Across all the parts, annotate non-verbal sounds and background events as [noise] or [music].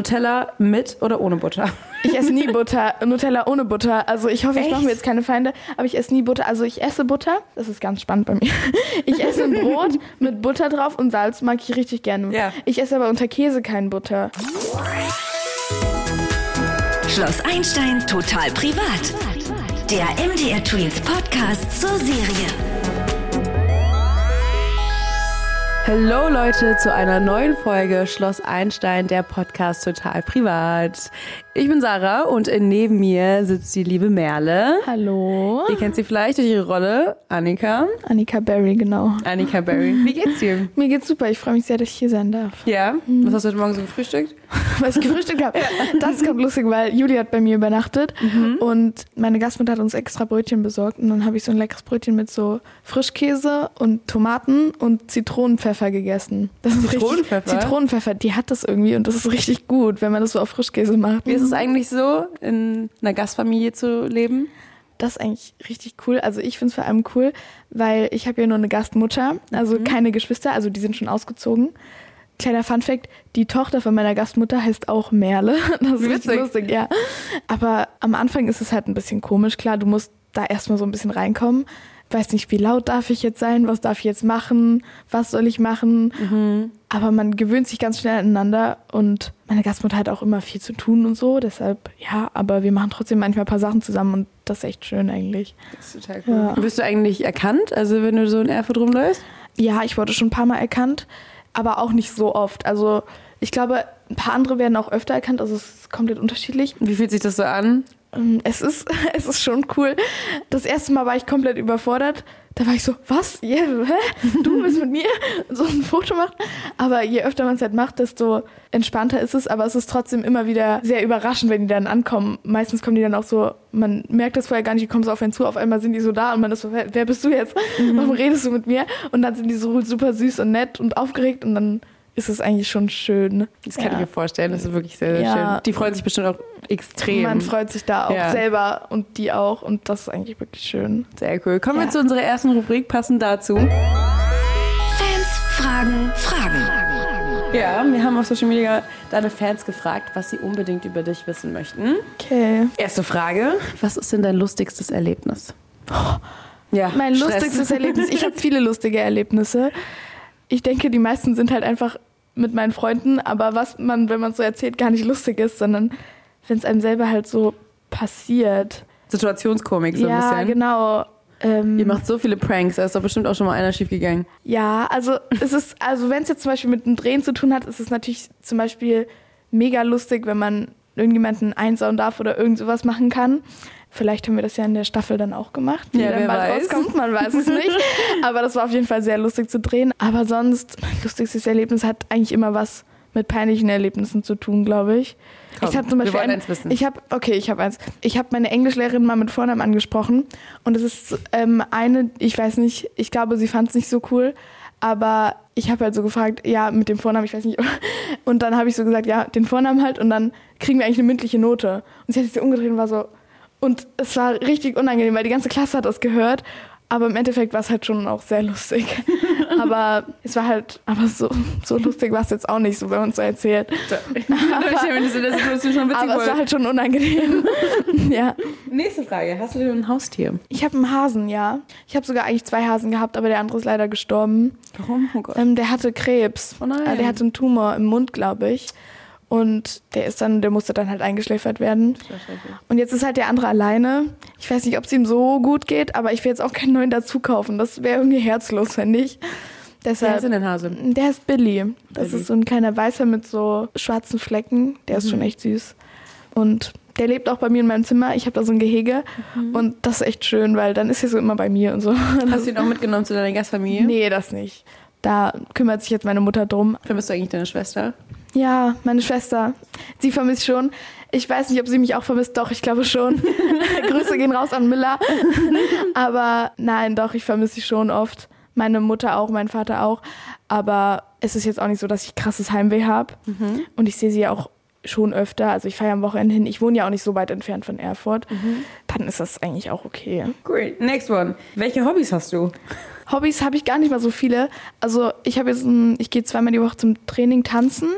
Nutella mit oder ohne Butter? Ich esse nie Butter, Nutella ohne Butter. Also ich hoffe, ich mache mir Echt? jetzt keine Feinde, aber ich esse nie Butter. Also ich esse Butter, das ist ganz spannend bei mir. [laughs] Ich esse ein Brot mit Butter drauf und Salz mag ich richtig gerne. Ja. Ich esse aber unter Käse keinen Butter. Schloss Einstein total privat. Der MDR Twins Podcast zur Serie. Hallo Leute zu einer neuen Folge Schloss Einstein, der Podcast total privat. Ich bin Sarah und neben mir sitzt die liebe Merle. Hallo. Ihr kennt sie vielleicht durch ihre Rolle, Annika. Annika Berry, genau. Annika Berry. Wie geht's dir? Mir geht's super, ich freue mich sehr, dass ich hier sein darf. Ja. Was hast du heute Morgen so gefrühstückt? [laughs] Was ich gefrühstückt habe. Das kommt lustig, weil Juli hat bei mir übernachtet Mhm. und meine Gastmutter hat uns extra Brötchen besorgt und dann habe ich so ein leckeres Brötchen mit so Frischkäse und Tomaten und Zitronenpfeffer gegessen. Das ist richtig- Zitronenpfeffer? Zitronenpfeffer, die hat das irgendwie und das ist richtig gut, wenn man das so auf Frischkäse macht. Wie ist es eigentlich so, in einer Gastfamilie zu leben? Das ist eigentlich richtig cool. Also ich finde es vor allem cool, weil ich habe ja nur eine Gastmutter, also keine Geschwister, also die sind schon ausgezogen. Kleiner Fun Fact, die Tochter von meiner Gastmutter heißt auch Merle. [laughs] Das ist richtig Witzig. lustig, ja. Aber am Anfang ist es halt ein bisschen komisch. Klar, du musst da erstmal so ein bisschen reinkommen. Weiß nicht, wie laut darf ich jetzt sein? Was darf ich jetzt machen? Was soll ich machen? Aber man gewöhnt sich ganz schnell aneinander und meine Gastmutter hat auch immer viel zu tun und so. Deshalb, ja, aber wir machen trotzdem manchmal ein paar Sachen zusammen und das ist echt schön eigentlich. Das ist total cool. Wirst du eigentlich erkannt, also wenn du so in Erfurt rumläufst? Ja, ich wurde schon ein paar Mal erkannt, aber auch nicht so oft. Also ich glaube, ein paar andere werden auch öfter erkannt, also es ist komplett unterschiedlich. Wie fühlt sich das so an? Ähm, Es ist, [laughs] es ist schon cool. Das erste Mal war ich komplett überfordert. Da war ich so, was? Ja, hä? Du bist mit mir? [laughs] So ein Foto machen. Aber je öfter man es halt macht, desto entspannter ist es. Aber es ist trotzdem immer wieder sehr überraschend, wenn die dann ankommen. Meistens kommen die dann auch so, man merkt das vorher gar nicht, die kommen so auf einen zu. Auf einmal sind die so da und man ist so, wer, wer bist du jetzt? Warum redest du mit mir? Und dann sind die so super süß und nett und aufgeregt und dann ist es eigentlich schon schön. Das kann ich mir vorstellen, das ist wirklich sehr, sehr Ja. schön. Die freuen sich bestimmt auch extrem. Man freut sich da auch Ja. selber und die auch und das ist eigentlich wirklich schön. Sehr cool. Kommen Ja. wir zu unserer ersten Rubrik, passend dazu. Fans fragen Fragen. Ja, wir haben auf Social Media deine Fans gefragt, was sie unbedingt über dich wissen möchten. Okay. Erste Frage. Was ist denn dein lustigstes Erlebnis? Ja, Mein Stress. lustigstes Erlebnis. [laughs] Ich habe viele lustige Erlebnisse. Ich denke, die meisten sind halt einfach mit meinen Freunden, aber was man, wenn man so erzählt, gar nicht lustig ist, sondern wenn es einem selber halt so passiert. Situationskomik so ein ja, bisschen. genau. Ähm, Ihr macht so viele Pranks, da ist doch bestimmt auch schon mal einer [laughs] schiefgegangen. Ja, also es ist, also wenn es jetzt zum Beispiel mit dem Drehen zu tun hat, ist es natürlich zum Beispiel mega lustig, wenn man irgendjemanden einsauen darf oder irgend sowas machen kann. Vielleicht haben wir das ja in der Staffel dann auch gemacht, wie Ja, dann wer bald weiß. rauskommt, man weiß [laughs] es nicht. Aber das war auf jeden Fall sehr lustig zu drehen. Aber sonst, mein lustigstes Erlebnis hat eigentlich immer was mit peinlichen Erlebnissen zu tun, glaube ich. Komm, ich habe zum wir Beispiel wollen ein- eins wissen. Ich habe, okay, ich habe eins. Ich habe meine Englischlehrerin mal mit Vornamen angesprochen und es ist ähm, eine, ich weiß nicht, ich glaube, sie fand es nicht so cool, aber ich habe halt so gefragt, ja, mit dem Vornamen, ich weiß nicht. [laughs] Und dann habe ich so gesagt, ja, den Vornamen halt und dann kriegen wir eigentlich eine mündliche Note. Und sie hat sich so umgedreht und war so, und es war richtig unangenehm, weil die ganze Klasse hat das gehört. Aber im Endeffekt war es halt schon auch sehr lustig. [laughs] aber es war halt, aber so, so lustig war es jetzt auch nicht, so wenn man es so erzählt. ich stelle mir das in der Situation schon witzig Aber es war halt schon unangenehm. [laughs] ja. Nächste Frage. Hast du denn ein Haustier? Ich habe einen Hasen, ja. Ich habe sogar eigentlich zwei Hasen gehabt, aber der andere ist leider gestorben. Warum? Oh Gott. Ähm, der hatte Krebs. Oh nein. Äh, Der hatte einen Tumor im Mund, glaube ich. Und der ist dann, der musste dann halt eingeschläfert werden. Und jetzt ist halt der andere alleine. Ich weiß nicht, ob es ihm so gut geht, aber ich will jetzt auch keinen neuen dazu kaufen. Das wäre irgendwie herzlos, finde ich. Wer Deshalb. ist denn ein Hase? Der ist Billy. Das Billy. ist so ein kleiner Weißer mit so schwarzen Flecken. Der ist schon echt süß. Und der lebt auch bei mir in meinem Zimmer. Ich habe da so ein Gehege. Und das ist echt schön, weil dann ist er so immer bei mir und so. [laughs] Hast du ihn auch mitgenommen zu deiner Gastfamilie? nee, das nicht. Da kümmert sich jetzt meine Mutter drum. Vermisst du eigentlich deine Schwester? Ja, meine Schwester. Sie vermisst schon. Ich weiß nicht, ob sie mich auch vermisst. Doch, ich glaube schon. [laughs] Grüße gehen raus an Miller. [laughs] Aber nein, doch, ich vermisse sie schon oft. Meine Mutter auch, mein Vater auch. Aber es ist jetzt auch nicht so, dass ich krasses Heimweh habe. Und ich sehe sie ja auch schon öfter. Also ich fahre ja am Wochenende hin. Ich wohne ja auch nicht so weit entfernt von Erfurt. Dann ist das eigentlich auch okay. Great. Next one. Welche Hobbys hast du? Hobbys habe ich gar nicht mal so viele. Also ich habe jetzt, ein, ich gehe zweimal die Woche zum Training tanzen.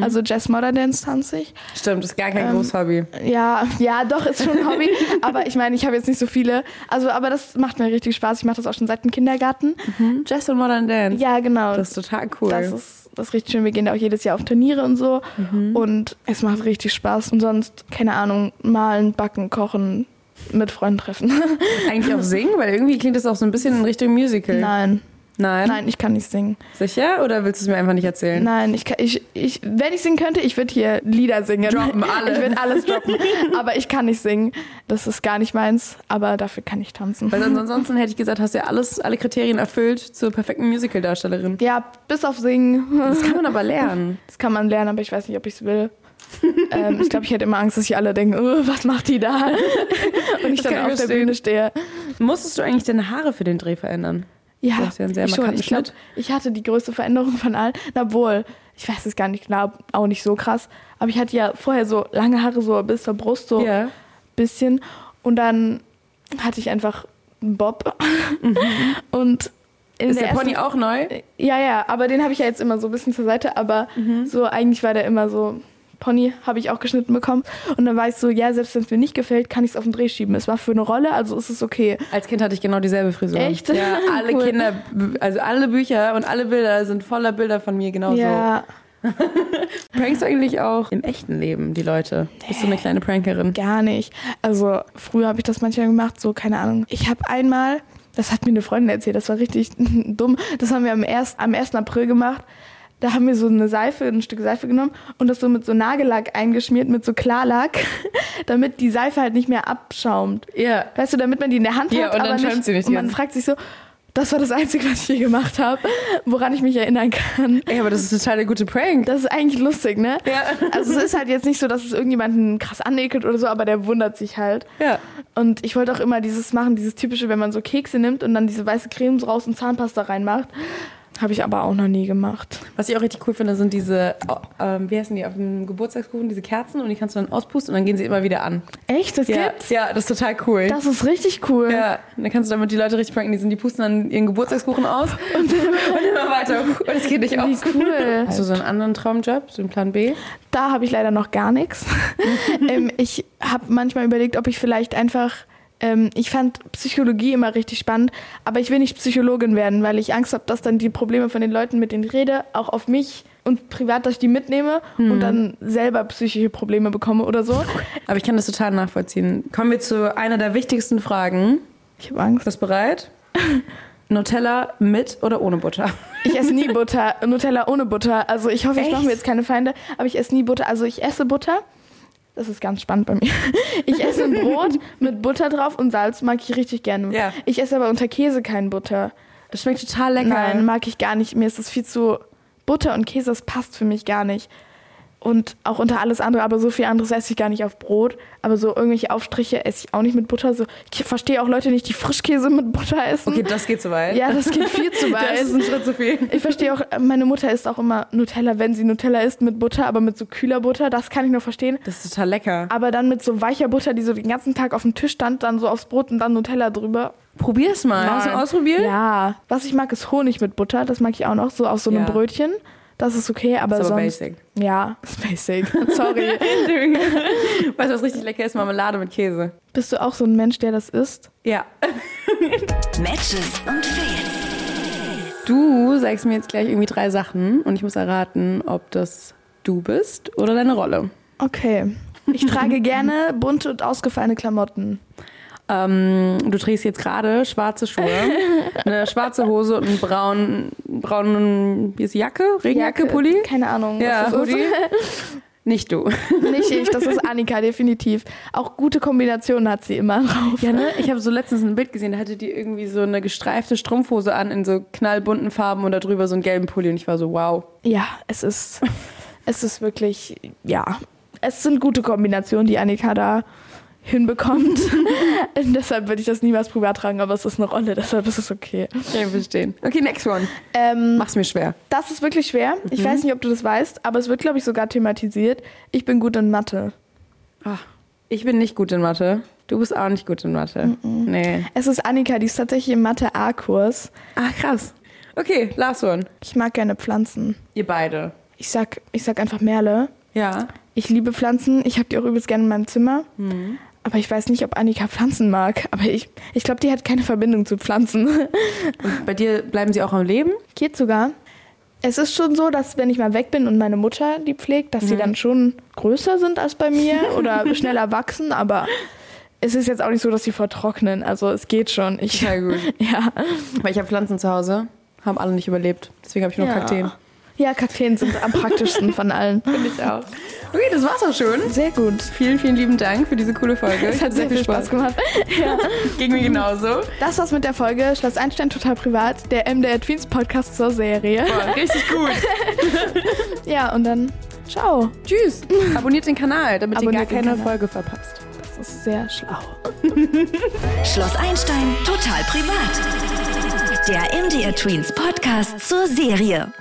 Also Jazz Modern Dance tanze ich. Stimmt, ist gar kein großes Hobby. Ja, ja, doch, ist schon [laughs] ein Hobby. aber ich meine, ich habe jetzt nicht so viele. Also, aber das macht mir richtig Spaß. Ich mache das auch schon seit dem Kindergarten. Jazz und Modern Dance. Ja, genau. Das ist total cool. Das ist, das ist richtig schön. Wir gehen da auch jedes Jahr auf Turniere und so. Mhm. Und es macht richtig Spaß. Und sonst, keine Ahnung, malen, backen, kochen, mit Freunden treffen. [laughs] Eigentlich auch singen, weil irgendwie klingt das auch so ein bisschen in Richtung Musical. Nein. Nein? Nein, ich kann nicht singen. Sicher? Oder willst du es mir einfach nicht erzählen? Nein, ich, kann, ich, ich wenn ich singen könnte, ich würde hier Lieder singen. Droppen, alle. [laughs] Ich würde alles droppen. aber ich kann nicht singen. Das ist gar nicht meins. Aber dafür kann ich tanzen. Weil sonst- ansonsten hätte ich gesagt, hast du ja alles, alle Kriterien erfüllt zur perfekten Musical-Darstellerin. Ja, bis auf Singen. Das kann man aber lernen. Das kann man lernen, aber ich weiß nicht, ob ich es will. ähm, ich glaube, ich hätte immer Angst, dass ich alle denken, "Äh, was macht [laughs] die da? Und Das kann ich ich dann auf der verstehen. Bühne stehe. Musstest du eigentlich deine Haare für den Dreh verändern? Ja, Du hast ja einen sehr ich schon. markanten Ich glaube, Schnitt. ich hatte die größte Veränderung von allen. Na wohl, ich weiß es gar nicht genau, auch nicht so krass. Aber ich hatte ja vorher so lange Haare so bis zur Brust so ein Ja. bisschen. Und dann hatte ich einfach einen Bob. [laughs] Und in Mhm. Ist der, ersten- Pony auch neu? Ja, ja, aber den habe ich ja jetzt immer so ein bisschen zur Seite. Aber so eigentlich war der immer so... Pony habe ich auch geschnitten bekommen. Und dann war ich so, ja, selbst wenn es mir nicht gefällt, kann ich es auf den Dreh schieben. Es war für eine Rolle, also ist es okay. Als Kind hatte ich genau dieselbe Frisur. Echt? Ja, alle [laughs] Cool. Kinder, also alle Bücher und alle Bilder sind voller Bilder von mir genauso. Ja, Prankst du eigentlich auch im echten Leben die Leute? Bist du eine kleine Prankerin? Gar nicht. Also früher habe ich das manchmal gemacht, so keine Ahnung. Ich habe einmal, das hat mir eine Freundin erzählt, das war richtig [laughs] dumm, das haben wir am, erst, am 1. April gemacht. Da haben wir so eine Seife, ein Stück Seife genommen und das so mit so Nagellack eingeschmiert, mit so Klarlack, [laughs] damit die Seife halt nicht mehr abschaumt. Ja. Weißt du, damit man die in der Hand Ja, hat, und dann aber schäumt nicht, sie nicht und die man ganze- fragt sich so, das war das Einzige, was ich je gemacht habe, woran ich mich erinnern kann. Ey, aber das ist total der gute Prank. Das ist eigentlich lustig, ne? Ja. Also es ist halt jetzt nicht so, dass es irgendjemanden krass anekelt oder so, aber der wundert sich halt. Ja. Und ich wollte auch immer dieses machen, dieses typische, wenn man so Kekse nimmt und dann diese weiße Creme so raus und Zahnpasta reinmacht. Habe ich aber auch noch nie gemacht. Was ich auch richtig cool finde, sind diese, oh, ähm, wie heißen die, auf dem Geburtstagskuchen, diese Kerzen und die kannst du dann auspusten und dann gehen sie immer wieder an. Echt? Das Ja, gibt's? ja das ist total cool. Das ist richtig cool. ja, und dann kannst du damit die Leute richtig pranken, die sind, die pusten dann ihren Geburtstagskuchen aus [laughs] und, immer weiter. Und es geht nicht Wie aus. [laughs] cool. Hast du so einen anderen Traumjob, so einen Plan B? Da habe ich leider noch gar nichts. ähm, ich habe manchmal überlegt, ob ich vielleicht einfach. Ähm, ich fand Psychologie immer richtig spannend, aber ich will nicht Psychologin werden, weil ich Angst habe, dass dann die Probleme von den Leuten, mit denen ich rede, auch auf mich und privat, dass ich die mitnehme und dann selber psychische Probleme bekomme oder so. Aber ich kann das total nachvollziehen. Kommen wir zu einer der wichtigsten Fragen. Ich habe Angst. Bist du bereit? Nutella mit oder ohne Butter? Ich esse nie Butter, Nutella ohne Butter. Also ich hoffe, ich mache Echt? mir jetzt keine Feinde, aber ich esse nie Butter. Also ich esse Butter. Das ist ganz spannend bei mir. [laughs] Ich esse ein Brot mit Butter drauf und Salz mag ich richtig gerne. Ja. Ich esse aber unter Käse keinen Butter. Das schmeckt total lecker. Nein, mag ich gar nicht. Mir ist das viel zu Butter und Käse, das passt für mich gar nicht. Und auch unter alles andere, aber so viel anderes esse ich gar nicht auf Brot. Aber so irgendwelche Aufstriche esse ich auch nicht mit Butter. So, ich verstehe auch Leute nicht, die Frischkäse mit Butter essen. Okay, das geht zu weit. Ja, das geht viel zu [laughs] weit. das ist ein Schritt zu viel. Ich verstehe auch, meine Mutter isst auch immer Nutella, wenn sie Nutella isst, mit Butter, aber mit so kühler Butter, das kann ich noch verstehen. Das ist total lecker. Aber dann mit so weicher Butter, die so den ganzen Tag auf dem Tisch stand, dann so aufs Brot und dann Nutella drüber. Probier's mal. Hast du Nein. ausprobiert? Ja. Was ich mag, ist Honig mit Butter, das mag ich auch noch, so auf so einem Ja. Brötchen. Das ist okay, aber, Ist aber sonst. basic. Ja, ist [laughs] basic. Sorry. [laughs] Entschuldigung. weißt du, was richtig lecker ist? Marmelade mit Käse. Bist du auch so ein Mensch, der das isst? Ja. Matches und Fails. Du sagst mir jetzt gleich irgendwie drei Sachen und ich muss erraten, ob das du bist oder deine Rolle. Okay. Ich [laughs] trage gerne bunte und ausgefallene Klamotten. Ähm, du trägst jetzt gerade schwarze Schuhe, [laughs] eine schwarze Hose und einen braunen, braunen wie ist die Jacke? Regenjacke, Jacke, Pulli? Keine Ahnung. Ja, was das ist. Hoodie. [laughs] Nicht du. Nicht ich, das [laughs] ist Annika, definitiv. Auch gute Kombinationen hat sie immer drauf. Ja, ne? Ich habe so letztens ein Bild gesehen, da hatte die irgendwie so eine gestreifte Strumpfhose an in so knallbunten Farben und darüber so einen gelben Pulli und ich war so, wow. Ja, es ist, es ist wirklich, ja, es sind gute Kombinationen, die Annika da hinbekommt. [laughs] Und deshalb würde ich das niemals privat tragen, aber es ist eine Rolle, deshalb ist es okay. Ja, verstehen. Okay, next one. Ähm, Mach's mir schwer. das ist wirklich schwer. Ich weiß nicht, ob du das weißt, aber es wird, Ah. glaube ich, sogar thematisiert. Ich bin gut in Mathe. Ich bin nicht gut in Mathe. Du bist auch nicht gut in Mathe. Nee. Es ist Annika, die ist tatsächlich im Mathe-A-Kurs. Ach, Ah, krass. Okay, last one. Ich mag gerne Pflanzen. Ihr beide. Ich sag, ich sag einfach Merle. Ja. Ich liebe Pflanzen. Ich habe die auch übelst gerne in meinem Zimmer. Aber ich weiß nicht, ob Annika Pflanzen mag. Aber ich, ich glaube, die hat keine Verbindung zu Pflanzen. [laughs] Bei dir bleiben sie auch am Leben? Geht sogar. Es ist schon so, dass wenn ich mal weg bin und meine Mutter die pflegt, dass sie dann schon größer sind als bei [laughs] mir oder schneller wachsen. Aber es ist jetzt auch nicht so, dass sie vertrocknen. Also es geht schon. Ich, gut. [laughs] ja. [laughs] Weil ich habe Pflanzen zu Hause, haben alle nicht überlebt. Deswegen habe ich nur Ja. Kakteen. Ja, Kakteen sind am praktischsten von [laughs] allen. Finde ich auch. Okay, das war's auch schon. Sehr gut. Vielen, vielen lieben Dank für diese coole Folge. Es hat sehr viel Spaß gemacht. gemacht. Ging mir genauso. Das war's mit der Folge Schloss Einstein total privat, der MDR Tweens Podcast zur Serie. Boah, richtig gut. Ja, und dann ciao. [laughs] Tschüss. Abonniert den Kanal, damit Abonniert ihr den gar keine Kanal. Folge verpasst. Das ist sehr schlau. Schloss Einstein total privat. Der MDR Tweens Podcast zur Serie.